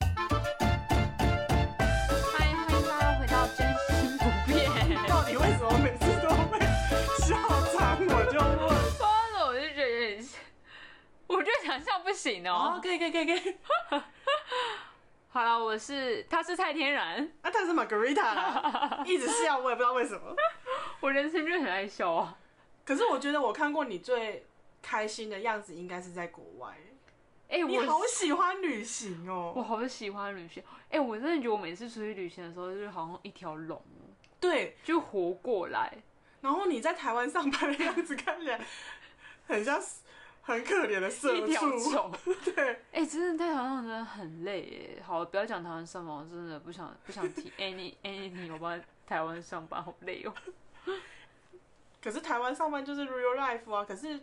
行哦哦。，可以可以可以可以，好了，我是他是蔡天然，啊，但是 Margarita 啦一直笑，我也不知道为什么。我人生就很爱笑啊。可是我觉得我看过你最开心的样子，应该是在国外。哎、你我好喜欢旅行我哦。好喜欢旅行，哎、我真的觉得我每次出去旅行的时候，就是好像一条龙哦，对，就活过来。然后你在台湾上班的样子，看起来很像很可怜的社一条畜。虫。 对，哎、真的在台湾真的很累耶。好，不要讲台湾上班，我真的不想不想 提 any anything 我帮台湾上班好累哦。可是台湾上班就是 real life 啊。可是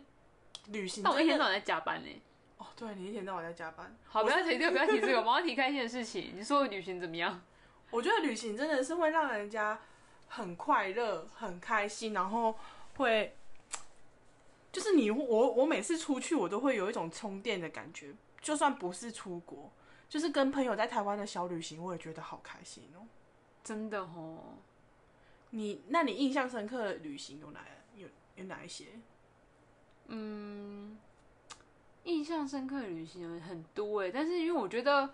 旅行但我一天真到的晚在加班呢。哦，对你一天到晚在加班。 好，我不是要提这个，不要提这个，我们要提开心的事情。你说我旅行怎么样？我觉得旅行真的是会让人家很快乐、很开心，然后会就是你我我每次出去，我都会有一种充电的感觉，就算不是出国，就是跟朋友在台湾的小旅行，我也觉得好开心哦。真的哦，你那你印象深刻的旅行有哪有有哪一些？嗯，印象深刻的旅行很多哎，但是因为我觉得，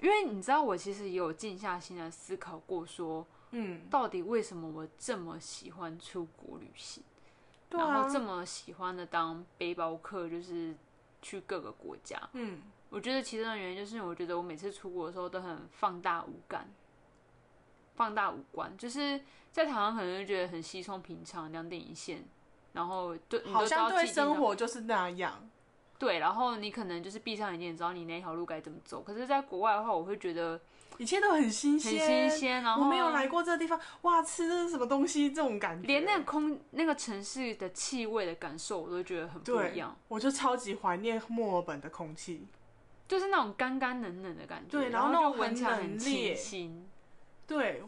因为你知道，我其实也有静下心来思考过说嗯，到底为什么我这么喜欢出国旅行，对然啊后，这么喜欢的当背包客，就是去各个国家。嗯，我觉得其中的原因就是，我觉得我每次出国的时候都很放大五感，放大五官，就是在台湾可能就觉得很稀松平常，两点一线，然后对，你都好像知道对既定的生活就是那样。对，然后你可能就是闭上眼睛，你知道你那条路该怎么走。可是，在国外的话，我会觉得一切都很新很鲜，新鲜，然后我没有来过这个地方，哇，吃的是什么东西？这种感觉，连那个空那个城市的气味的感受，我都觉得很不对，一样，我就超级怀念墨尔本的空气。就是那种干干冷冷的感觉，对然然后那就种闻很起来很冷清冽新。对，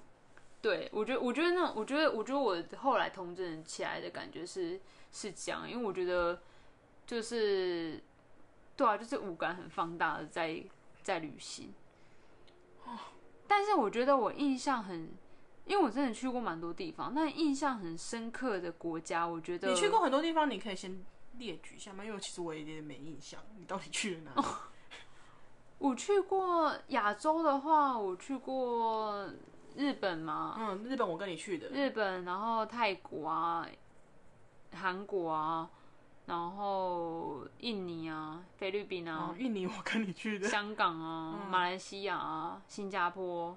对，我觉得，我觉得那种，我觉得，我觉得我后来童真起来的感觉是是这样，因为我觉得就是对啊，就是五感很放大的在在旅行。哦 但是我觉得我印象很，因为我真的去过蛮多地方，那印象很深刻的国家，我觉得你去过很多地方，你可以先列举一下吗？因为其实我有点没印象，你到底去了哪里？我去过亚洲的话，我去过日本嘛，嗯，日本我跟你去的，哦日本，然后泰国啊，韩国啊，然后印尼啊，菲律宾然后啊，印尼我跟你去哦的，嗯香港啊，马来西亚啊，新加坡，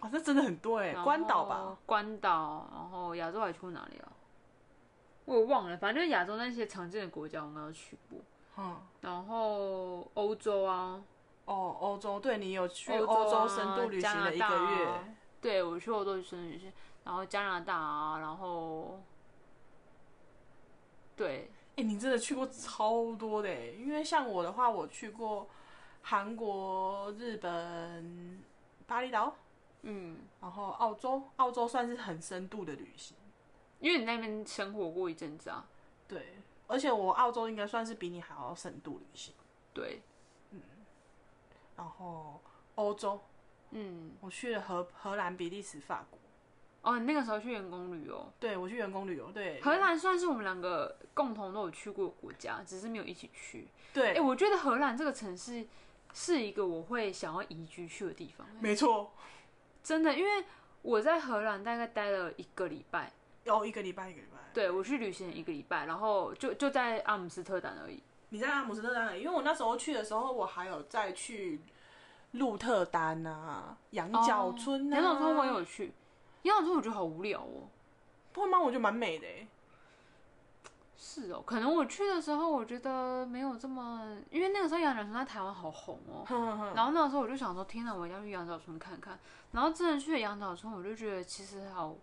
哇，这真的很多哎，然后关岛吧，，关岛，然后亚洲还去过哪里啊？我也忘了，反正就是亚洲那些常见的国家我们有去过，嗯，然后欧洲啊，哦，欧洲，对你有去欧洲啊欧洲深度旅行了一加个拿月大，啊对我去欧洲生旅行，然后加拿大啊，然后对，哎、你真的去过超多的哎，因为像我的话，我去过韩国、日本、巴厘岛，嗯。然后澳洲，澳洲算是很深度的旅行。因为你在那边生活过一阵子啊，对，而且我澳洲应该算是比你还要深度旅行。对，然后欧洲，嗯，我去了荷荷兰、比利时、法国。哦，你那个时候去员工旅游，对，我去员工旅游。对，荷兰算是我们两个共同都有去过的国家，只是没有一起去。哎、对，我觉得荷兰这个城市是一个我会想要移居去的地方、没错，真的，因为我在荷兰大概待了一个礼拜，哦，一个礼拜，一个礼拜。对我去旅行一个礼拜，然后就就在阿姆斯特丹而已。你在阿姆斯特丹，因为我那时候去的时候，我还有再去鹿特丹哦啊、羊角村啊。羊角村我也有去，羊角村我觉得好无聊哦。不会吗？我觉得蛮美的欸是哦，可能我去的时候，我觉得没有这么，因为那个时候羊角村在台湾好红哦，哼嗯哼然后那个时候我就想说，天哪，我一定要去羊角村看看。然后真的去了羊角村，我就觉得其实好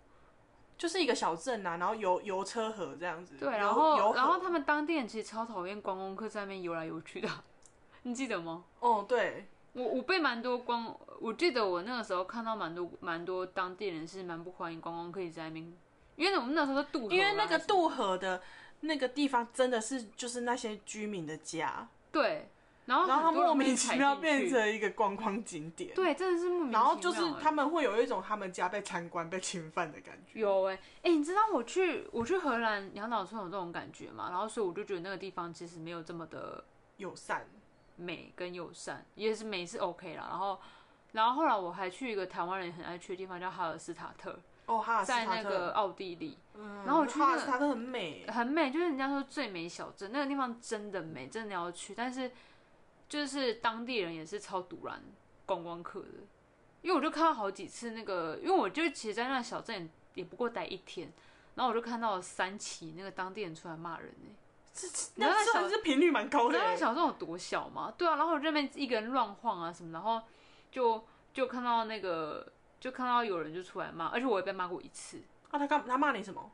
就是一个小镇啊，然后游游车河这样子。对，游然游后河然后他们当地人其实超讨厌观光客在那边游来游去的， 你记得吗？哦，对，我我被蛮多光，我记得我那个时候看到蛮多蛮多当地人是蛮不欢迎观光客一直在那边，因为我们那时候是渡河啦，因为那个渡河的那个地方真的是就是那些居民的家，对，然后然后他哦很多人莫名被其踩妙进变去成一个观光景点。对，真的是莫名其妙然后就是欸他们会有一种他们家被参观、被侵犯的感觉。有哎、欸、你知道我去我去荷兰羊岛村有这种感觉嘛？然后所以我就觉得那个地方其实没有这么的友善，美跟友善，也是美是 OK 啦。然后，然后后来我还去一个台湾人也很爱去的地方，叫哈尔斯塔特，哦，哈尔斯在塔那个哦特，奥地利，嗯然后我去那哈个尔斯塔特很美，很美，就是人家说最美小镇，那个地方真的美，真的要去。但是就是当地人也是超堵然观光客的，因为我就看到好几次那个，因为我就其实，在那小镇也不过待一天，然后我就看到三起那个当地人出来骂人呢、然后那那算小是频率蛮高我的当时欸。想说我多小嘛，对啊，然后我这边一个人乱晃啊什么，然后就就看到那个，就看到有人就出来骂，而且我也被骂过一次，啊，他干他骂你什么？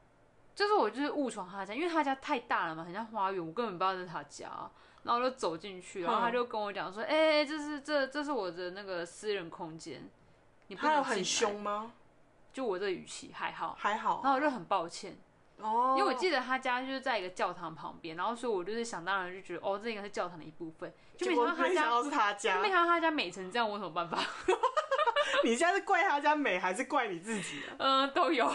就是我就是误闯他家，因为他家太大了嘛，很像花园，我根本不知道这是他家，然后我就走进去，然后他就跟我讲说，哎、这是这这是我的那个私人空间，你不他有能进很来，凶吗？就我这语气还好，还然好后我就很抱歉，哦，因为我记得他家就是在一个教堂旁边，然后所以我就是想当然就觉得哦，这应该是教堂的一部分，就结没果想到他哦没想家。到是他就家没，想到他家美成这样，我有什么办法？你现在是怪他家美还是怪你自己啊？嗯、都有。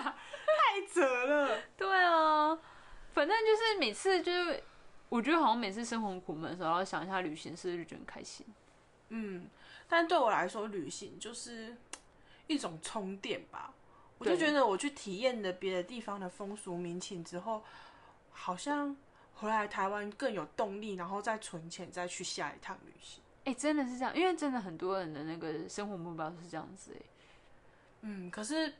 太扯了，对啊，反正就是每次就是，我觉得好像每次生活苦闷的时候，然后想一下旅行，是不是就觉得很开心？嗯，但对我来说，旅行就是一种充电吧。我就对觉得我去体验了别的地方的风俗民情之后，好像回来台湾更有动力，然后再存钱再去下一趟旅行。哎、真的是这样，因为真的很多人的那个生活目标是这样子、哎，嗯，可是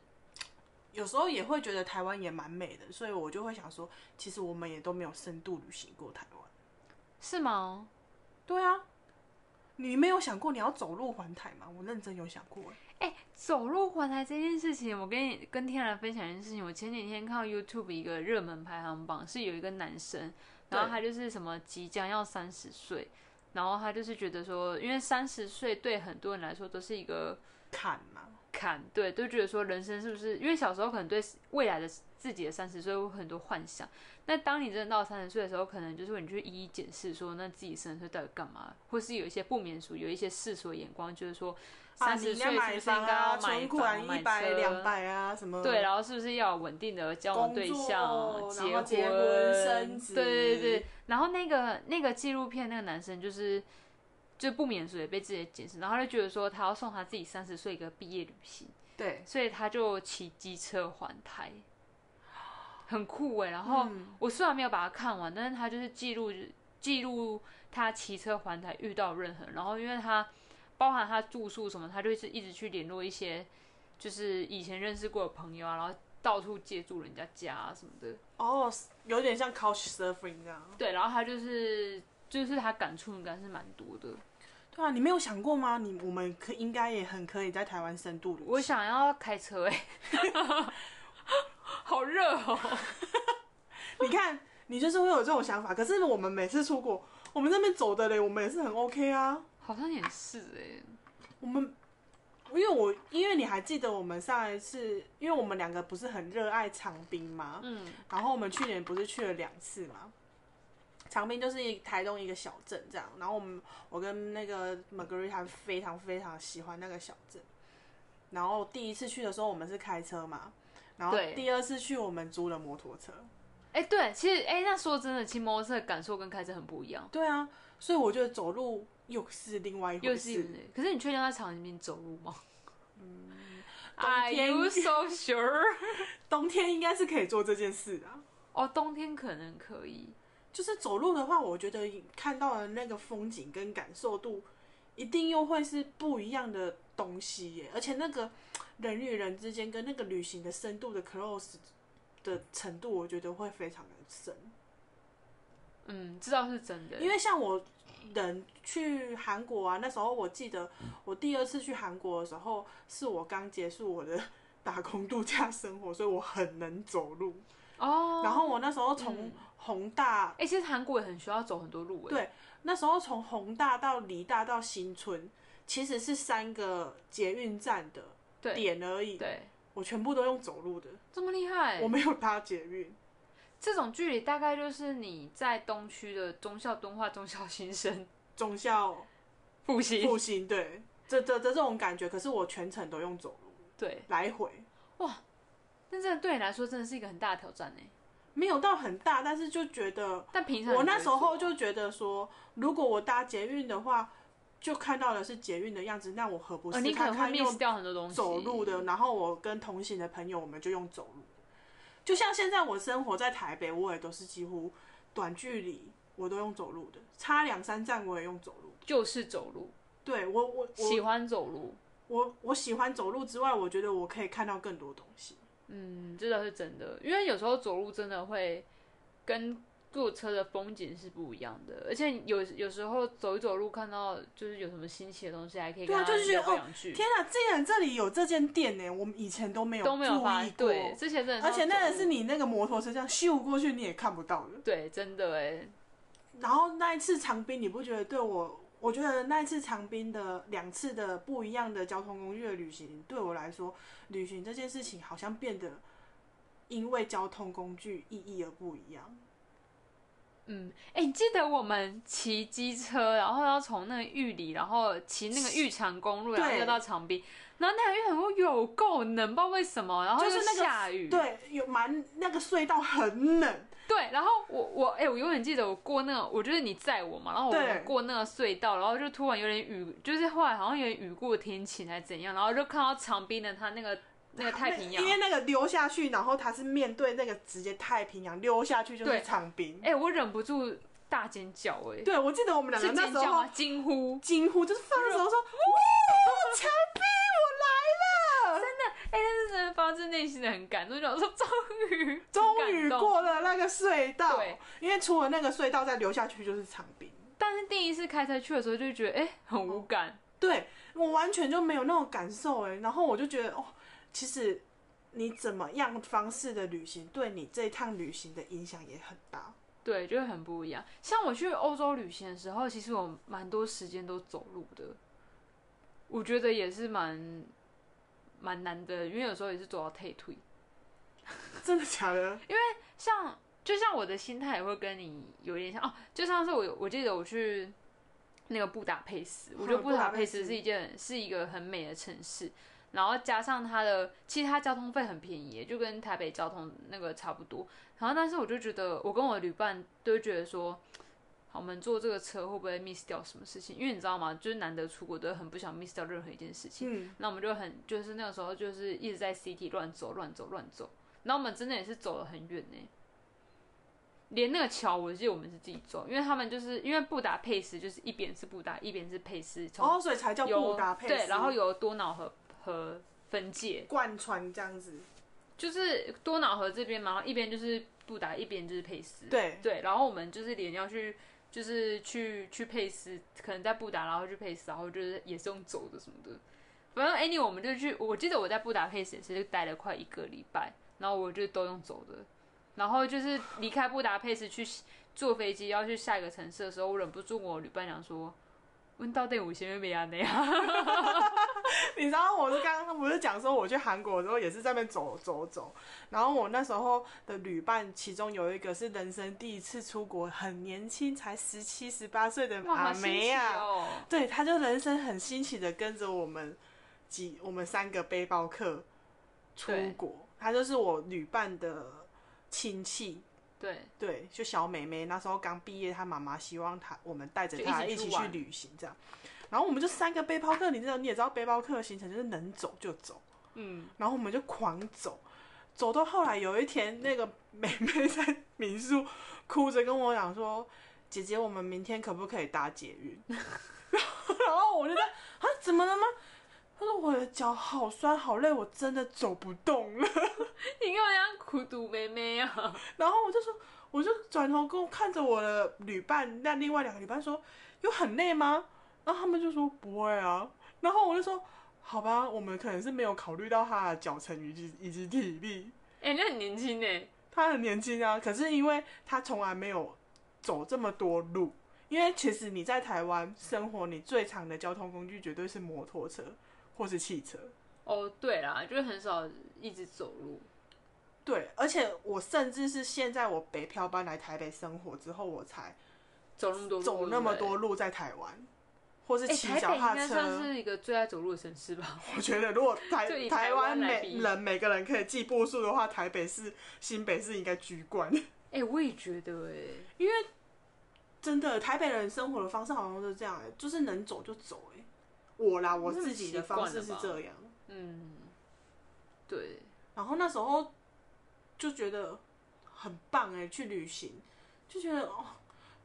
有时候也会觉得台湾也蛮美的，所以我就会想说，其实我们也都没有深度旅行过台湾。是吗？对啊，你没有想过你要走路环台吗？我认真有想过欸。哎走路环台这件事情，我跟你跟天然分享一件事情。我前几天看到 YouTube 一个热门排行榜，是有一个男生，然后对他就是什么即将要三十岁，然后他就是觉得说，因为三十岁对很多人来说都是一个看嘛，看，对，都觉得说人生是不是？因为小时候可能对未来的自己的三十岁会有很多幻想，那当你真的到三十岁的时候，可能就是你去一一检视说，那自己三十岁到底干嘛？或是有一些不免俗，有一些世俗的眼光，就是说啊，三你十应岁是该不买是房应该啊，要存买款房、一买百、两车？百啊，什么？对，然后是不是要有稳定的交往对工象、作然后结结婚生子对对对。然后那个那个纪录片那个男生就是就不免俗也被自己的解释，然后他就觉得说他要送他自己三十岁一个毕业旅行，对，所以他就骑机车环台，很酷哎。然后嗯我虽然没有把它看完，但是他就是记录记录他骑车环台遇到任何人，然后因为他包含他住宿什么，他就是一直去联络一些就是以前认识过的朋友啊，然后到处借住人家家啊什么的。哦，有点像 couch surfing 这样。对，然后他就是就是他感触应该是蛮多的。对啊，你没有想过吗？你我们可应该也很可以在台湾深度旅行。我想要开车 哎、好热哦、你看，你就是会有这种想法。可是我们每次出国，我们那边走的嘞，我们也是很 OK 啊。好像也是哎、我们，因为我因为你还记得我们上一次，因为我们两个不是很热爱长滨吗？嗯，然后我们去年不是去了两次吗？长滨就是一台东一个小镇这样，然后我们我跟那个 Margarita 非常非常喜欢那个小镇，然后第一次去的时候我们是开车嘛，然后对第二次去我们租了摩托车，哎、对，其实哎、那说真的，骑摩托车的感受跟开车很不一样，对啊，所以我觉得走路又哎是另外一又回是一事。回事可是你确定他长里面走路吗？ 嗯冬，Are 天 you so sure？冬天应该是可以做这件事啊，哦，冬天可能可以，就是走路的话，我觉得看到的那个风景跟感受度，一定又会是不一样的东西耶。而且那个人与人之间跟那个旅行的深度的 close 的程度，我觉得会非常的深。嗯，知道是真的，因为像我人去韩国啊，那时候我记得我第二次去韩国的时候，是我刚结束我的打工度假生活，所以我很能走路。哦，然后我那时候从宏大哎、其实韩国也很需要走很多路哎、对那时候从宏大到梨大到新村，其实是三个捷运站的对点而已，对，我全部都用走路的，这么厉害我，没有搭捷运。这种距离大概就是你在东区的中校敦化、中校新 生中 校复兴，复兴对，这这这这种感觉，可是我全程都用走路对，来回，那真的对你来说真的是一个很大的挑战哎、没有到很大，但是就觉得但平常我那时啊候就觉得说，如果我搭捷运的话，就看到的是捷运的样子，那我何不呃，试你可看能会看用 miss 掉很多东西。走路的？然后我跟同行的朋友，我们就用走路的。就像现在我生活在台北，我也都是几乎短距离我都用走路的，差两三站我也用走路。就是走路，对我我我喜欢走路，我我喜欢走路之外，我觉得我可以看到更多东西。嗯，这倒是真的，因为有时候走路真的会跟坐车的风景是不一样的，而且有有时候走一走路看到就是有什么新奇的东西，还可以对跟啊他就是觉得聊个两句，天啊，竟然这里有这间店呢，我们以前都没有都没有发注意现。过。对，这些真的是而要且那走个是路你那个摩托车这样咻过去，你也看不到的。对，真的哎，然后那一次长滨，你不觉得对我？我觉得那一次长滨的两次的不一样的交通工具的旅行，对我来说，旅行这件事情好像变得因为交通工具意义而不一样。嗯，哎、你记得我们骑机车，然后要从那个玉里，然后骑那个玉长公路，然后对又到长滨，然后那个玉长公路有够冷，不知道为什么，然后就是又那个下雨，对，有蛮那个隧道很冷，对，然后我我哎、我永远记得我过那个，我就是你载我嘛，然后我对们过那个隧道，然后就突然有点雨，就是后来好像有点雨过天晴还是怎样，然后就看到长滨的它那个那个太平洋因，为那个溜下去，然后它是面对那个直接太平洋溜下去就是对长滨。哎、我忍不住大尖叫、哎，对，我记得我们两是个那尖时叫候吗？惊呼！惊呼，就是放的时候说：“哇，长滨，我来了！”哎、但是真的发自内心的很感动，就想说终于终于很感动过了那个隧道对，因为除了那个隧道再流下去就是长滨。但是第一次开车去的时候就觉得，哎、很无感。对我完全就没有那种感受哎，然后我就觉得哦，其实你怎么样方式的旅行，对你这一趟旅行的影响也很大。对，就会很不一样。像我去欧洲旅行的时候，其实我蛮多时间都走路的，我觉得也是蛮蛮难的，因为有时候也是走到退退。真的假的？像就像我的心态也会跟你有一点像哦，就上次我有我记得我去那个布达佩斯，我觉得嗯布达佩布达佩斯斯是一件是一个很美的城市，然后加上它的其实它交通费很便宜耶，就跟台北交通那个差不多。然后但是我就觉得我跟我的旅伴都觉得说。好我们坐这个车会不会 miss 掉什么事情？因为你知道吗，就是难得出国，都很不想 miss 掉任何一件事情。嗯，那我们就很就是那个时候就是一直在 CT 乱走乱走乱走，然后我们真的也是走了很远呢、连那个桥我记得我们是自己走，因为他们就是因为布达佩斯就是一边是布达一边是佩斯，从哦，所以才叫由布达佩斯，对，然后由多瑙河河分界，贯穿这样子。就是多瑙河这边嘛，然后一边就是布达，一边就是佩斯，对，对，然后我们就是连要去，就是去去佩斯，可能在布达，然后去佩斯，然后就是也是用走的什么的。反正 anyway，我们就去，我记得我在布达佩斯也是待了快一个礼拜，然后我就都用走的。然后就是离开布达佩斯去坐飞机要去下一个城市的时候，我忍不住跟我旅伴讲说：“问到底我先没安那样。 你知道我是刚刚不是讲说我去韩国的时候也是在那边走走走，然后我那时候的旅伴其中有一个是人生第一次出国，很年轻，才十七十八岁的”哇，好阿新梅奇呀、哦！对，他就人生很新奇的跟着我们几我们三个背包客出对国，他就是我旅伴的亲戚。对，对，就小妹妹那时候刚毕业，她妈妈希望她我们带着就她一一起去起去玩旅行这样，然后我们就三个背包客，你知道你也知道背包客的行程就是能走就走，嗯，然后我们就狂走，走到后来有一天，那个妹妹在民宿哭着跟我讲说：“姐姐，我们明天可不可以搭捷运？” 然后我就在啊，怎么了吗？她说我的脚好酸好累，我真的走不动了。你干嘛像苦读妹妹啊？ 然后我就说，我就转头跟我看着我的旅伴，那另外两个旅伴说，有很累吗？然后他们就说不会啊。然后我就说，好吧，我们可能是没有考虑到他的脚程以及以及体力。哎、那很年轻哎，他很年轻啊，可是因为他从来没有走这么多路，因为其实你在台湾生活，你最长的交通工具绝对是摩托车或是汽车。哦，对啦，就是很少一直走路。对，而且我甚至是现在我北漂搬来台北生活之后，我才走那么多路，走那么对不对多路在台湾，或是哎、骑台脚北应踏该车。算是一个最爱走路的城市吧？我觉得如 果就台以台台湾湾来每比人每个人可以记步数的话，台北市、新北市应该居 冠。 哎、我也觉得哎、真的，台北人生活的方式好像都是这样、欸，就是能走就走、欸。我啦，我你这么自己的方式是习惯这样。嗯，对，然后那时候就觉得很棒哎、欸去旅行就觉得哦，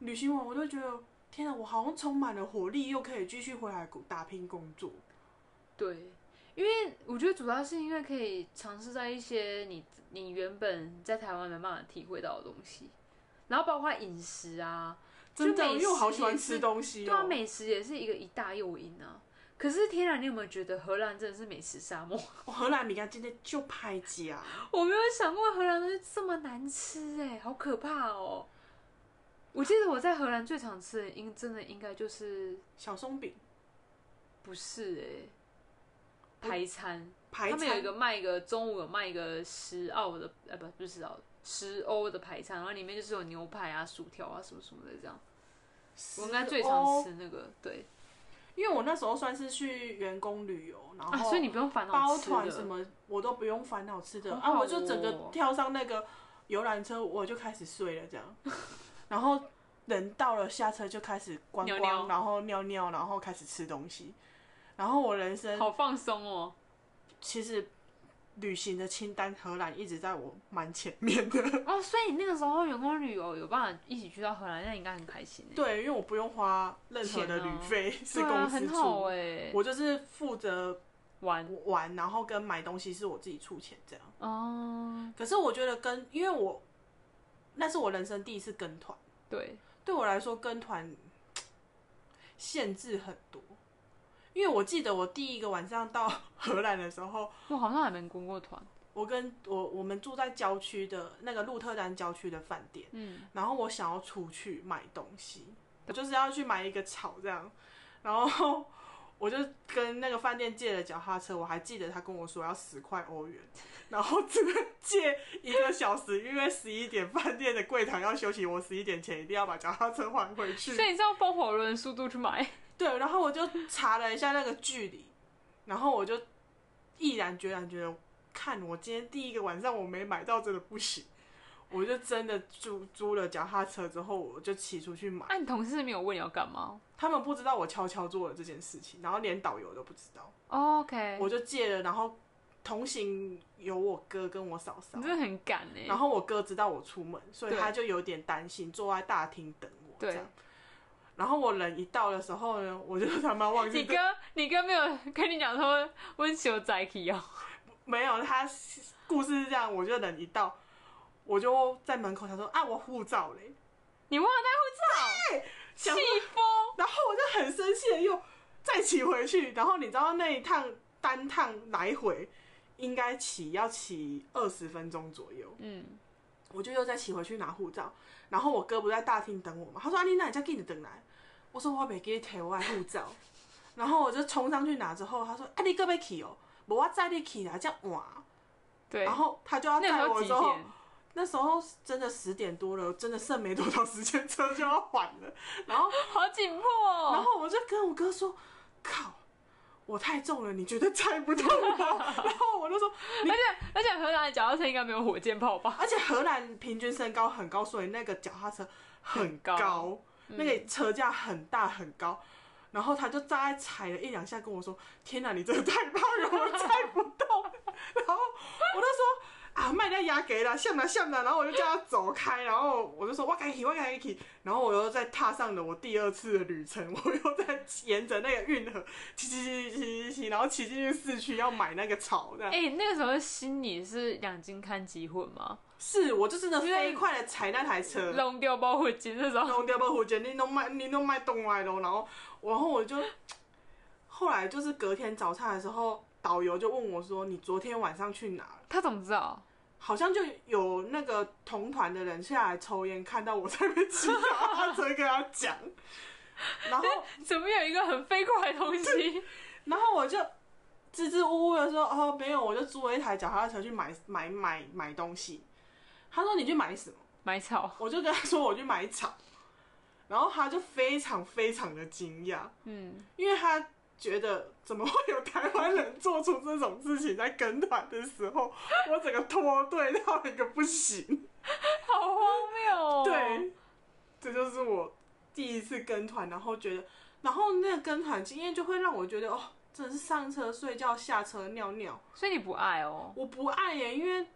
旅行完我就觉得天啊，我好像充满了活力，又可以继续回来打拼工作。对，因为我觉得主要是因为可以尝试在一些你你原本在台湾没办法体会到的东西，然后包括饮食啊，就真的，美因为我好食喜欢也吃是东西对哦、啊，美食也是一个一大诱因啊。可是天然，你有没有觉得荷兰真的是美食沙漠？我荷兰米干今天就啊拍家， 我没有想过荷兰东西这么难吃哎、好可怕哦！我记得我在荷兰最常吃的应真的应该就是小松饼不是哎、排餐，排他们有一餐个卖一个中午有卖一个十澳的，呃，不，不是十澳的，十欧的排餐，然后里面就是有牛排啊、薯条啊什么什么的这样。我应该最常哦吃那个，对因为我那时候算是去员工旅游，然啊，后所以你不用烦恼包吃团什的。么我都不用烦恼吃好的、啊，好我就整个哦跳上那个游览车，我就开始睡了这样， 然后人到了下车就开始观光，尿尿然后尿尿，然后开始吃东西，然后我人生好放松 哦，其实旅行的清单荷兰一直在我蛮前面的，哦，所以你那个时候员工旅游有办法一起去到荷兰，那你应该很开心欸对，因为我不用花任何的钱旅啊费，是对啊，公司很出，好哎、我就是负责玩玩，然后跟买东西是我自己出钱这样。哦，可是我觉得跟，因为我那是我人生第一次跟团，对，对我来说跟团限制很多。因为我记得我第一个晚上到 荷兰的时候，我好像还没跟过团，我跟我我们住在郊区的那个鹿特丹郊区的饭店，嗯，然后我想要出去买东西，我就是要去买一个草这样，然后我就跟那个饭店借了脚踏车，我还记得他跟我说要十块欧元，然后这个借一个小时，因为十一点饭店的柜台要休息，我十一点前一定要把脚踏车还回去所。以你是用风火轮速度去买， 对，然后我就查了一下那个距离，然后我就毅然决然觉得，看我今天第一个晚上我没买到，真的不行。我就真的租租了脚踏车之后，我就骑出去买。那、啊你同事没有问你要干嘛他们不知道我悄悄做了这件事情，然后连导游都不知道，哦？OK，我就借了，然后同行有我哥跟我嫂嫂你，真的很敢哎、然后我哥知道我出门，所以对他就有点担心，坐在大厅等我。对这样。然后我人一到的时候呢，我就他妈忘你记哥，你哥没有跟你讲说温修载体哦，没有，他故事是这样，我就人一到，我就在门口想说啊，我护照嘞， 你忘了带护想照，气说疯！然后我就很生气的又再骑回去，然后你知道那一趟单趟来回应该骑要骑二十分钟左右，嗯，我就又再骑回去拿护照，然后我哥不在大厅等我嘛，他说阿丽娜，你叫给你等来，我说我没给你提我的护照，然后我就冲上去拿之后，他说啊你哥要去哦，无我载你去啦，这样晚，对，然后他就要那时载候我几之后。 点？那时候真的十点多了，真的剩没多长时间，车就要还了。然后，好紧迫哦，然后我就跟我哥说：“靠，我太重了，你觉得载不动吗？” 然后我就说：“你而且而且荷兰的脚踏车应该没有火箭炮吧？而且荷兰平均身高很高，所以那个脚踏车很高，很高嗯那个车架很大很高。然后他就大概踩了一两下，跟我说：“天哪，你真的太胖了，我踩不动。” 然后我就说：“啊，卖掉牙给了，像啦像啦。”然后我就叫他走开，然后我就说：“我赶紧，我赶紧。”然后我又再踏上了我第二次的旅程，我又在沿着那个运河骑骑骑骑骑骑骑，然后骑进去市区要买那个草，这 样。哎、那个时候心里是两斤看几混吗？是我就真的因为飞快的踩那台车，弄掉包火箭那时候，弄掉不火箭，你弄卖你弄卖动歪咯，然后然后我就，后来就是隔天早餐的时候，导游就问我说：“你昨天晚上去哪了 他怎么知道？？”好像就有那个同团的人下来抽烟，看到我在那边骑脚踏车跟他讲，然后怎么有一个很飞快的东西？然后我就支支吾吾的说：“哦，没有，我就租了一台脚踏车去买买买买东西。”他说：“你去买什么？”买草，我就跟他说我去买草，然后他就非常非常的惊讶，嗯，因为他觉得怎么会有台湾人做出这种事情？在跟团的时候，我整个脱队到一个不行。好荒谬哦。对，这就是我第一次跟团，然后觉得，哦然后那个跟团经验就会让我觉得，哦，真的是上车睡觉，下车尿尿，所以你不爱哦。我不爱耶，因为。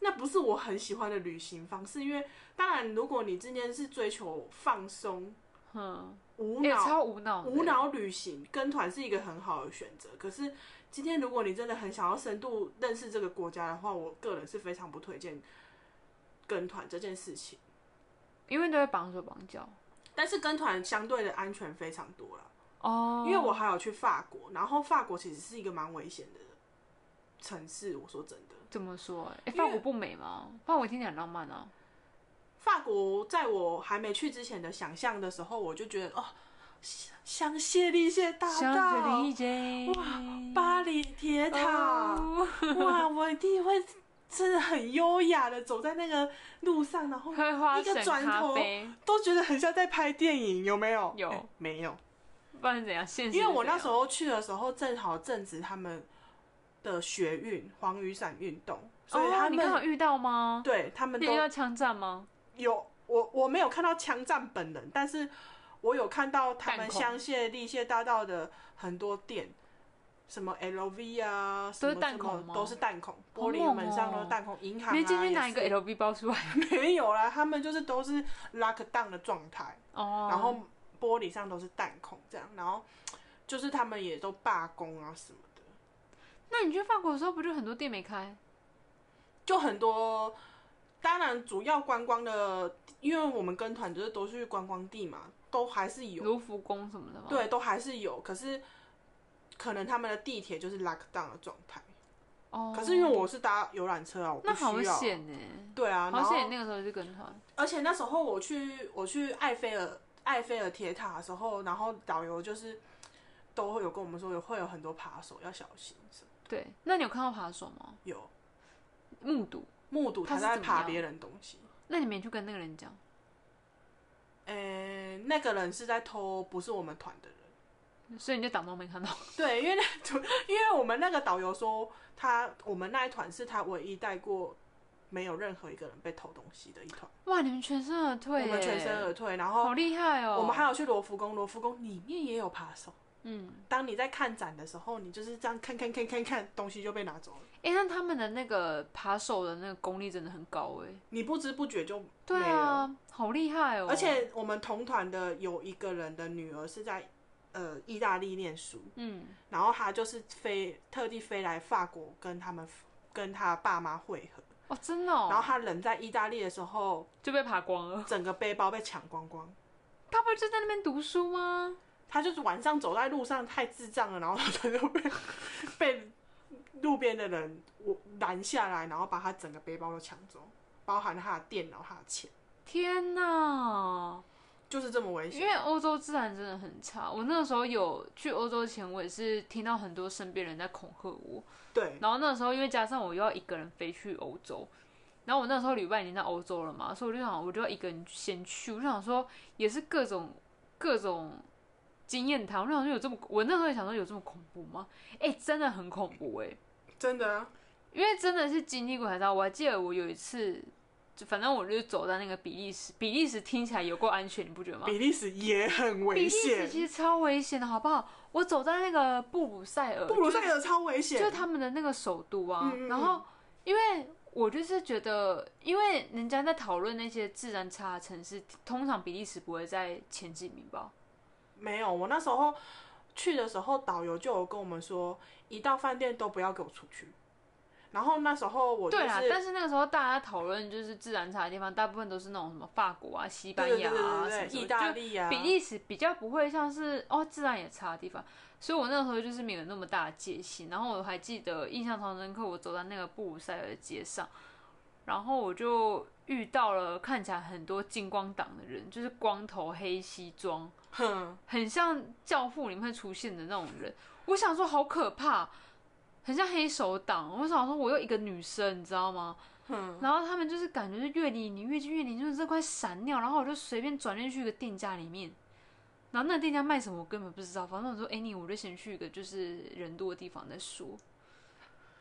那不是我很喜欢的旅行方式，因为当然，如果你今天是追求放松、哼，无也、脑、哎超无脑的，无脑旅行跟团是一个很好的选择，可是今天如果你真的很想要深度认识这个国家的话，我个人是非常不推荐跟团这件事情。因为都会绑手绑脚。但是跟团相对的安全非常多啦，哦，因为我还有去法国，然后法国其实是一个蛮危险的城市。我说真的，怎么说、欸？哎、因为法国不美吗？法国听起来很浪漫啊。法国在我还没去之前的想象的时候，我就觉得哦，香榭丽榭大想着道理、解巴黎铁塔。哦 哇，我一定会真的很优雅的走在那个路上，然后喝花一个神转咖头啡，都觉得很像在拍电影，有没有？有哎没有？不然怎样？现实因为我那时候候去的时候，正好正值他们的学运黄雨伞运动，所以哦、他你刚们、好遇到吗？对他们你有遇都到枪战吗？有我我没有看到枪战本人，但是我有看到他们弹孔香榭丽榭大道的很多店。什么 LV 啊，什都么是弹什么孔吗都是弹孔，好玻璃猛门上都哦是弹孔，银行啊没进去也拿是一个 LV 包出来没有啦，他们就是都是 lock down 的状态，哦， 然后玻璃上都是弹孔这样，然后就是他们也都罢工啊什么的，那你去法国的时候，不就很多店没开？就很多。当然，主要观光的，因为我们跟团就是都去观光地嘛，都还是有，卢浮宫什么的吗？，对，都还是有。可是可能他们的地铁就是 lock down 的状态。哦，可是因为我是搭游览车啊，我不那好需要啊。险呢、对啊，好然后险！那个时候就跟团，而且那时候我去我去埃菲尔埃菲尔铁塔的时候，然后导游就是都会有跟我们说，有会有很多扒手要小心什么，对。那你有看到扒手吗？有目睹？目睹他是在怎么样爬别人东西。那你没去跟那个人讲？呃、那个人是在偷，不是我们团的人。 所以你就假装没看到。 对，因为那因为我们那个导游说他，我们那一团是他唯一带过没有任何一个人被偷东西的一团，哇，你们全身而退、我们全身而退。然后好厉害哦！我们还有去罗浮宫，罗浮宫里面也有扒手。嗯，当你在看展的时候，你就是这样看看看看看，东西就被拿走了，哎、那他们的那个扒手的那个功力真的很高哎、你不知不觉就对没了。啊，好厉害哦！而，且我们同团的有一个人的女儿是在呃意大利念书，嗯，然后她就是飞特地飞来法国跟他们跟她爸妈会合，哦，真的、哦，然后她人在意大利的时候，就被扒光了。整个背包被抢光光。他不就在那边读书吗？她就是晚上走在路上太智障了，然后她就被被路边的人我拦下来，然后把她整个背包都抢走，包含她的电脑、她的钱，天哪！就是这么危险因。为欧洲治安真的很差。我那个时候有去欧洲前，我也是听到很多身边人在恐吓我。对，然后那时候因为加上我又要一个人飞去欧洲，然后我那时候礼拜已经在欧洲了嘛，所以我就想我就要一个人先去。我就想说也是各种各种经验谈，我就想说有这么我那时候也想说有这么恐怖吗？哎、真的很恐怖哎、真的啊，因为真的是经历过才知道。我还记得我有一次，就反正我就走在那个比利时，比利时听起来有够安全，你不觉得吗？比利时也很比危利时险，其实超危险的，好不好？我走在那个布鲁塞尔，布鲁塞尔超危险，就是他们的那个首都啊。嗯嗯嗯然后，因为我就是觉得，因为人家在讨论那些治安差的城市，通常比利时不会在前几名吧？没有。我那时候去的时候，导游就有跟我们说，一到饭店都不要给我出去。然后那时候我就对是啦，但是那个时候大家讨论就是治安差的地方，大部分都是那种什么法国啊、西班对牙对对啊、对什对么什对，么意大就利啊，比利时比较不会像是哦治安也差的地方，所以我那时候就是没有那么大的戒心。然后我还记得印象超深刻，我走在那个布鲁塞尔的街上，然后我就遇到了看起来很多金光党的人，就是光头黑西装，哼，很像教父里面会出现的那种人。我啊想说好可怕，很像黑手党。我想说我又一个女生，你知道吗？然后他们就是感觉是越离你越近越离，就是这块闪尿，然后我就随便转进去一个店家里面，然后那个店家卖什么我根本不知道，反正我说 Annie，我就先去一个就是人多的地方再说，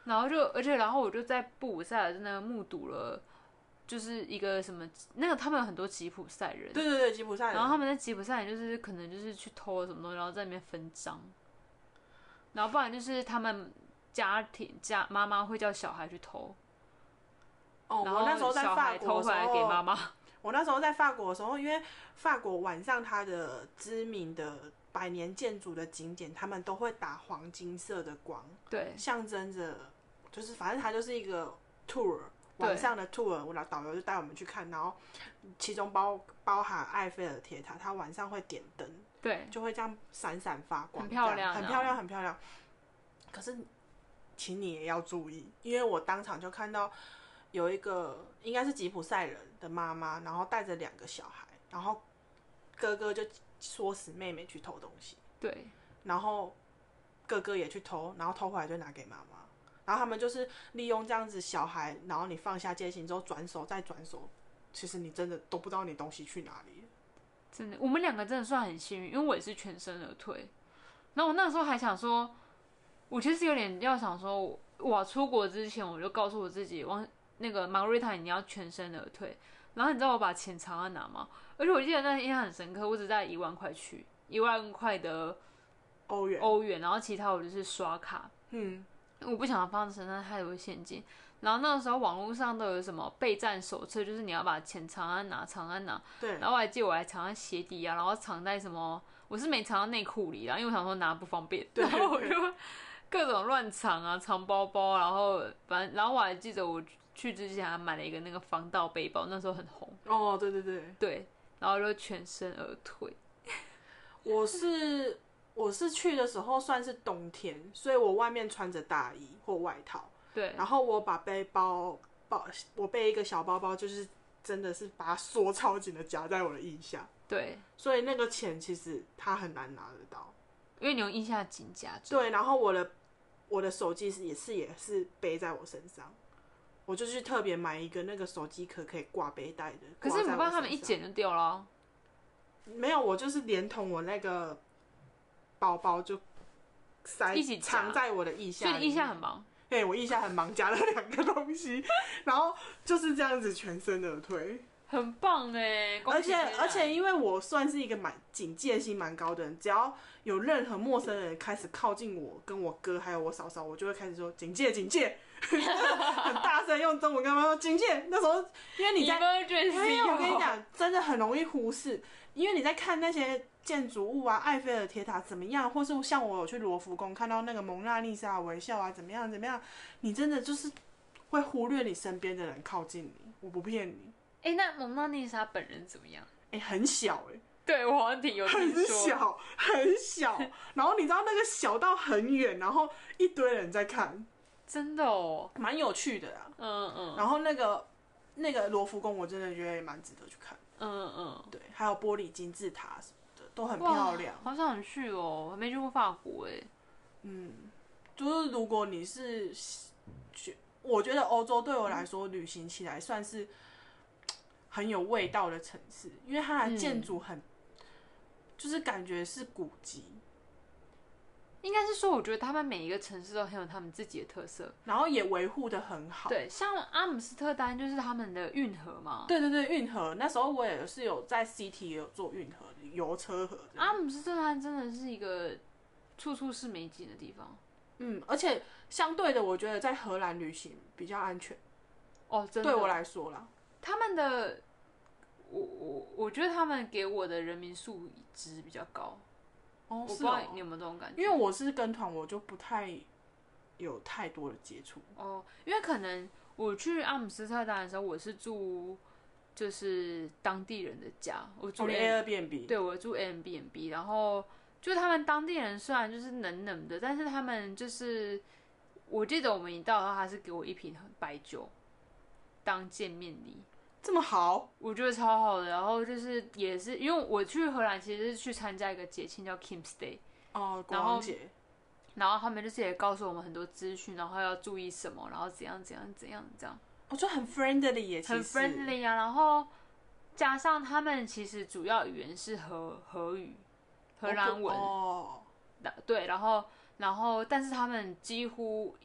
然后就而且然后我就在布鲁塞尔在那目睹了。就是一个什么，那个他们有很多吉普赛人，对对对，吉普赛人。然后他们在吉普赛就是可能就是去偷了什么东西，然后在里面分赃，然后不然就是他们家庭家妈妈会叫小孩去偷，哦，然我后那时候在小法孩国偷的时回来候，给妈 妈。我那时候在法国的时候，因为法国晚上它的知名的百年建筑的景点，他们都会打黄金色的光，对象征着就是反正它就是一个 tour 对晚上的 tour，我老导游就带我们去看，然后其中包包含埃菲尔铁塔，它晚上会点灯，对，就会这样闪闪发光，很漂这样亮很啊漂亮，很漂亮。可是，请你也要注意，因为我当场就看到有一个应该是吉普赛人的妈妈，然后带着两个小孩，然后哥哥就唆使妹妹去偷东西，对然后哥哥也去偷，然后偷回来就拿给妈妈。然后他们就是利用这样子小孩，然后你放下戒心之后转手再转手，其实你真的都不知道你东西去哪里了。真的，我们两个真的算很幸运，因为我也是全身而退。然后我那时候还想说，我其实有点要想说，我我出国之前我就告诉我自己，王那个玛格丽塔你要全身而退。然后你知道我把钱藏在哪吗？而且我记得那天印象很深刻，我只带一万块去，一万块的欧元，欧元，然后其他我就是刷卡，嗯，我不想放在身上太多现金。然后那个时候网络上都有什么备战手册，就是你要把钱藏在哪，藏在哪。对，然后我还记得我还藏在鞋底啊，然后藏在什么，我是没藏到内裤里啦，因为我想说拿不方便，对然后我就各种乱藏啊，藏包包，然后反正，然后我还记得我去之前还买了一个那个防盗背包，那时候很红，哦，对对对，对，然后就全身而退，我是我是去的时候算是冬天，所以我外面穿着大衣或外套，对，然后我把背包包我背一个小包包，就是真的是把它缩超紧的夹在我的腋下，对，所以那个钱其实它很难拿得到。因为你用腋下紧夹住，对，然后我的我的手机是也是也是背在我身上。我就去特别买一个那个手机壳可以挂背带的，可是挂你在不怕我他们身一上剪就掉了啊，没有，我就是连同我那个包包就塞一起夹藏在我的腋下所里以面，你腋下很忙，对我腋下很忙，夹了两个东西，然后就是这样子全身而退。很棒哎，恭而喜且你啊而且，因为我算是一个蛮警戒心蛮高的人，只要有任何陌生人开始靠近我、跟我哥还有我嫂嫂，我就会开始说警戒警戒， 很大声用中文跟他们说警戒。那时候因为你在因为 emergency，我跟你哦讲，真的很容易忽视，因为你在看那些建筑物啊，埃菲尔铁塔怎么样，或是像我有去罗浮宫看到那个蒙娜丽莎微笑啊，怎么样怎么样，你真的就是会忽略你身边的人靠近你，我不骗你，哎、那蒙娜丽莎本人怎么样？哎、 很小哎、对我好像挺有听 很说，小很小，然后你知道那个小到很远，然后一堆人在看，真的哦，蛮有趣的啦。嗯嗯然后那个那个罗浮宫，我真的觉得也蛮值得去看，嗯嗯，对，还有玻璃金字塔什么的都很漂亮哇。好想去哦，还没去过法国哎，嗯，就是如果你是去，我觉得欧洲对我来说旅行起来算是很有味道的城市，因为它嗯的建筑很，就是感觉是古迹，应该是说，我觉得他们每一个城市都很有他们自己的特色。然后也维护的很好。对，像阿姆斯特丹就是他们的运河嘛，对对对，运河那时候我也是有在 CT 也有做运河油车河的，阿姆斯特丹真的是一个处处是美景的地方嗯，而且相对的，我觉得在荷兰旅行比较安全，哦，真的。对我来说啦，他们的，我我我觉得他们给我的人民素质比较高，哦我不是知道哦，你有没有这种感觉，因为我是跟团，我就不太有太多的接触。哦，因为可能我去阿姆斯特丹的时候，我是住就是当地人的家，我住从 A， Airbnb，对我住 M B M B，然后就他们当地人虽然就是冷冷的，但是他们就是我记得我们一到的话，他是给我一瓶白酒当见面礼。这么好，我觉得超好的，然后就是也是因为我去荷兰，其实是去参加一个节庆叫 Kim's Day，哦，国然后王节，然后他们就是也告诉我们很多资讯，然后要注意什么，然后怎样怎样怎样这样。我哦就很 friendly 耶，其很实 friendly 啊，然后加上他们其实主要语言是荷荷语、荷兰文，哦，那对，然后然后但是他们几乎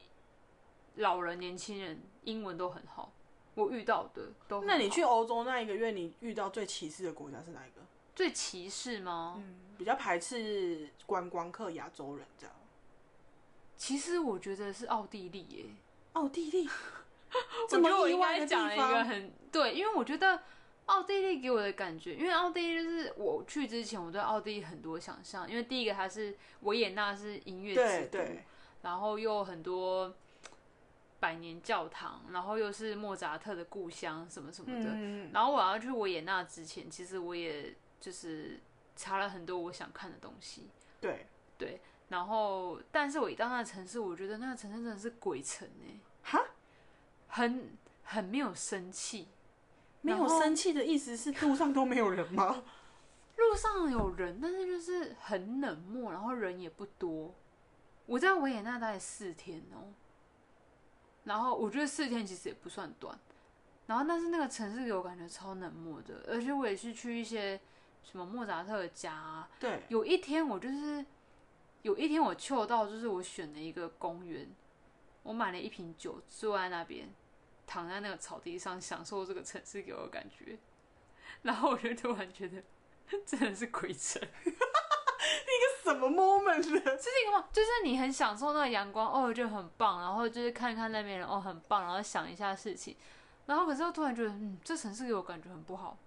老人、年轻人英文都很好，我遇到的都很那你好去欧洲那一个月，你遇到最歧视的国家是哪一个？最歧视吗？嗯，比较排斥观光客亚洲人这样。其实我觉得是奥地利 耶、奥地 利我这觉得么我意应外该的讲了地一个方，很对，因为我觉得奥地利给我的感觉，因为奥地利就是我去之前我对奥地利很多想象，因为第一个它是维也纳是音乐之对都，对，然后又有很多百年教堂，然后又是莫扎特的故乡什么什么的。嗯，然后我要去维也纳之前，其实我也就是查了很多我想看的东西，对，然后但是我一到那个城市，我觉得那个城市真的是鬼城哎、哈，很很没有生气。没有然后生气的意思是路上都没有人 吗？路上有人，但是就是很冷漠，然后人也不多。我在维也纳待了四天哦，然后我觉得四天其实也不算短，然后但是那个城市给我感觉超冷漠的，而且我也是去一些什么莫扎特的家啊、对，有一天我就是有一天我嗅到，就是我选了一个公园，我买了一瓶酒，坐在那边躺在那个草地上，享受这个城市给我的感觉。 然后我就突然觉得， 真的是鬼城， 什么 moment 呢？就是一个就是你很享受那个阳光，哦，就很棒，然后就是看看那边人，哦，很棒，然后想一下事情，然后可是又突然觉得，嗯，这城市给我感觉很不好，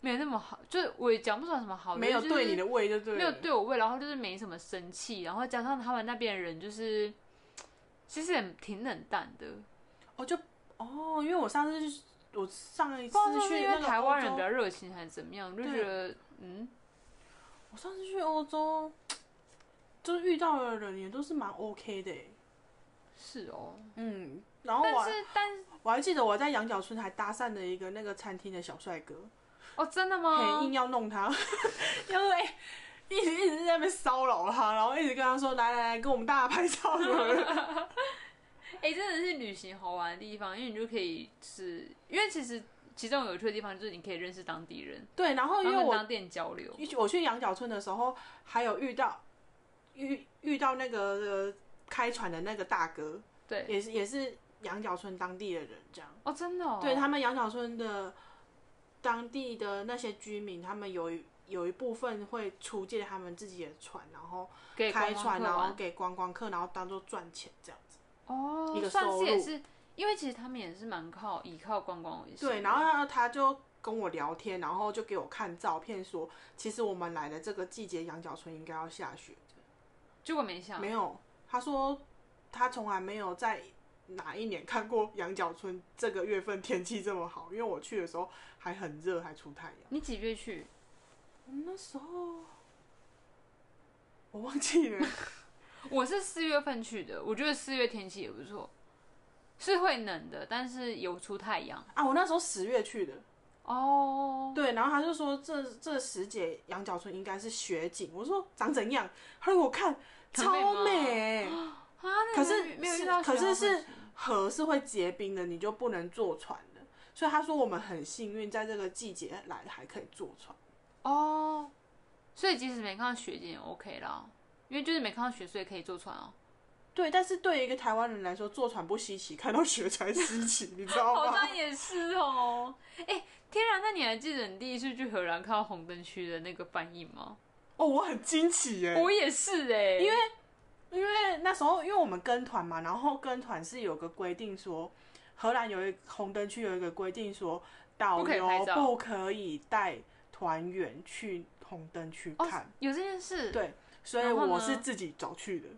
没有那么好，就是我也讲不出来什么好的，没有就是对你的胃就对了，没有对我胃，然后就是没什么生气，然后加上他们那边的人就是，其实也挺冷淡的，哦，就哦，因为我上次就是我上一不次知道是不是去因那为个台欧湾人洲比较热情还是怎么样，我就对觉得嗯，我上次去欧洲，就是遇到的人也都是蛮 OK 的欸，是哦，嗯，然后我但还是但是我还记得我在羊角村还搭讪了一个那个餐厅的小帅哥，哦，真的很吗硬？要 弄他，因为一直一直在那边骚扰他，然后一直跟他说来来来，跟我们大家拍照 什么的哎、真的是旅行好玩的地方，因为你就可以就是因为其实其中有趣的地方就是你可以认识当地人，对，然后然因后为跟我当地人交流，一我去羊角村的时候，还有遇到遇遇到那个、呃开船的那个大哥，对，也是也是羊角村当地的人这样。哦，真的、哦，对他们羊角村的当地的那些居民，他们有一有一部分会出借他们自己的船，然后给观开光船，啊客然玩后给观光客，然后当做赚钱这样子。哦一，个算收是也入是，因为其实他们也是蛮靠依靠观光为生的，对，然后他他就跟我聊天，然后就给我看照片说，其实我们来的这个季节羊角村应该要下雪，结果没想没有，他说他从来没有在。哪一年看过羊角村这个月份天气这么好？因为我去的时候还很热，还出太阳。你几月去？那时候我忘记了，我是四月份去的，我觉得四月天气也不错，是会冷的，但是有出太阳 啊，我那时候十月去的，哦。对，然后他就说这这十节羊角村应该是雪景，我说长怎样？他说我看很美吗超美欸、啊，那你可们是没有遇是到雪可是好是可惜河是会结冰的，你就不能坐船的。所以他说我们很幸运，在这个季节来还可以坐船。哦，所以即使没看到雪景也 OK 啦，因为就是没看到雪，所以可以坐船哦。对，但是对于一个台湾人来说，坐船不稀奇，看到雪才稀奇，你知 道好吗？像也是哦。哎、天然，那你还记得你第一次去荷兰看到红灯区的那个反应吗？哦，我很惊奇耶、我也是哎、因为因为那时候因为我们跟团嘛，然后跟团是有个规定说，荷兰有一个红灯区有一个规定说，导不可以拍游照不可以带团员去红灯区哦看，有这件事，对所以然后呢我是自己找去的，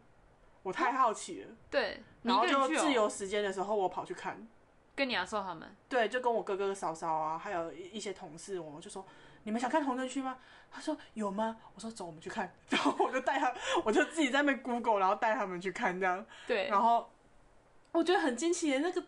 我太好奇了，对，哦你然一后个就人去、哦、自由时间的时候我跑去看，跟你阿寿他们。对，就跟我哥哥嫂嫂啊，还有一一些同事，我就说。你们想看红灯区吗？他说有吗？我说走，我们去看。然后我就带他，我就自己在那边 Google，然后带他们去看这样。对，然后我觉得很惊奇耶，那个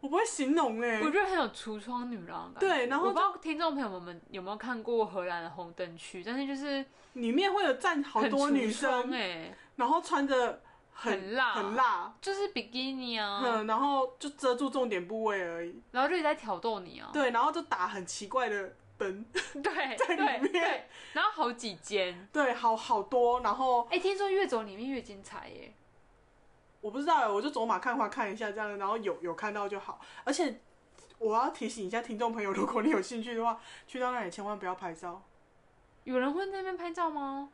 我不会形容哎我，觉得很有橱窗女郎的感觉。对然后我不知道听众朋友们有没有看过荷兰的红灯区，但是就是里面会有站好很多女橱窗生，哎、然后穿着很辣很辣，就是比基尼啊，嗯，然后就遮住重点部位而已。然后就一直在挑逗你啊，对，然后就打很奇怪的灯， 对对在里对面对，然后好几间，对，好好多。然后哎、听说越走里面越精彩耶，我不知道，我就走马看花看一下这样，然后有有看到就好。而且我要提醒一下听众朋友，如果你有兴趣的话，去到那里千万不要拍照，有人会在那边拍照吗？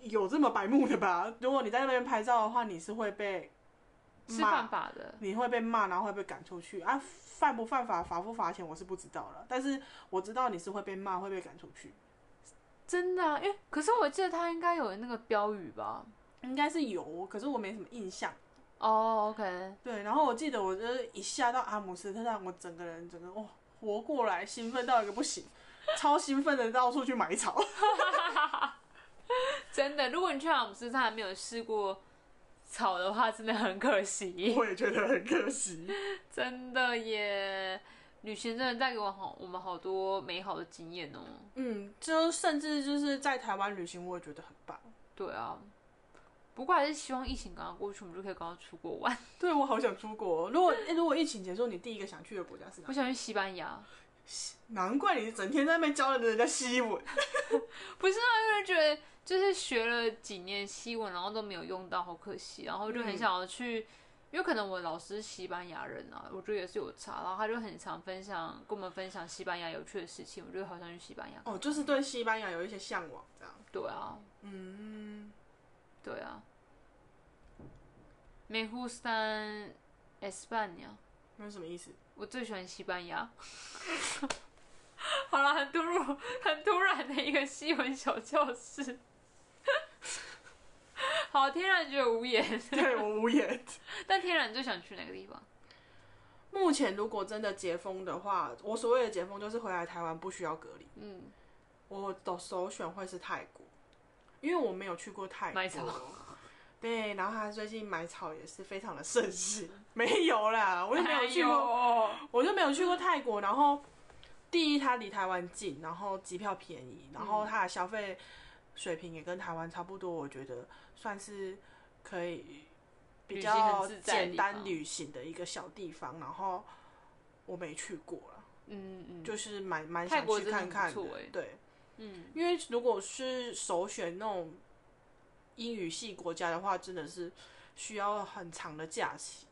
有这么白目的吧？如果你在那边拍照的话，你是会被是骂犯法的，你会被骂，然后会被赶出去啊？犯不犯法、罚不罚钱，我是不知道了。但是我知道你是会被骂、会被赶出去，真的、啊，因为可是我记得他应该有那个标语吧？应该是有，可是我没什么印象。哦、o k 对，然后我记得我就是一下到阿姆斯特丹，我整个人整个哇、活过来，兴奋到一个不行，超兴奋的到处去买草。 真的，如果你去阿姆斯特丹还没有试过草的话，真的很可惜， 我也觉得很可惜。真的耶。旅行真的带给我好我们好多美好的经验哦。嗯，就甚至就是在台湾旅行，我也觉得很棒。对啊，不过还是希望疫情赶快过去，我们就可以赶快出国玩。对，我好想出国哦。如果、诶如果疫情结束，你第一个想去的国家是哪我？想去西班牙，难怪你整天在那边教人家西文。不是啊，因为觉得就是学了几年西文，然后都没有用到，好可惜。然后就很想要去，因为可能我老师是西班牙人啊，我觉得也是有差。然后他就很常分享跟我们分享西班牙有趣的事情，我觉得好想去西班牙。哦，就是对西班牙有一些向往，这样。对啊，嗯，对啊。Me gustan España，那是什么意思？ 我最喜欢西班牙。 好了，很突入、很突然的一个西文小教室。 好，天然觉得无言，对我无言。 但天然最想去哪个地方？目前如果真的解封的话，我所谓的解封就是回来台湾不需要隔离。嗯，我的首选会是泰国，因为我没有去过泰国。哦买草对，然后他最近买草也是非常的盛行。没有啦，啊我就哎没有去过，过。我就没有去过泰国。然后第一，它离台湾近，然后机票便宜，然后它的消费水平也跟台湾差不多，我觉得算是可以比较简单旅行的一个小地方。然后我没去过了。嗯嗯，就是蛮蛮泰想国去真的看很看不的错欸，对，嗯，因为如果是首选那种英语系国家的话，真的是需要很长的假期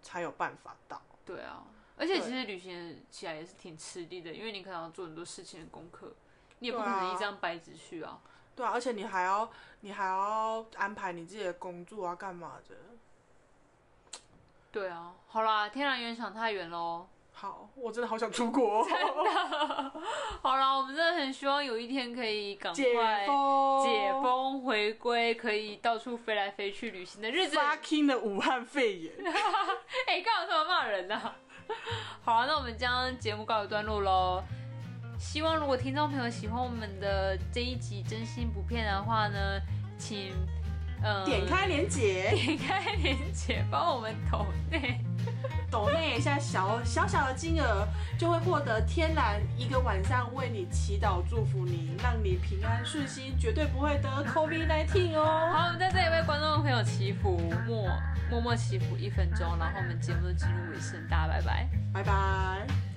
才有办法到。对啊。而且对其实旅行起来也是挺吃力的，因为你可能要做很多事情的功课，你也不对可啊能一张白纸去啊。对啊，而且你还要你还要安排你自己的工作啊，干嘛的？对啊，好啦，天然原想太远喽。好，我真的好想出国 哦、 好啦，我们真的很希望有一天可以赶解快封，解封回归，可以到处飞来飞去旅行的日子。 ，fucking 的武汉肺炎。 哎、干嘛突然骂人呢、 好啊了，那我们将节目告一段落喽。希望如果听众朋友喜欢我们的这一集《真心不骗》的话呢，请呃点开链接，点开链接，帮我们投内。 抖内一下小小小的金额，就会获得天然一个晚上为你祈祷祝福你，让你平安顺心，绝对不会得 COVID 19哦。好，我们在这里为观众朋友祈福，默默默祈福一分钟，然后我们节目就进入尾声，大家拜拜。拜拜。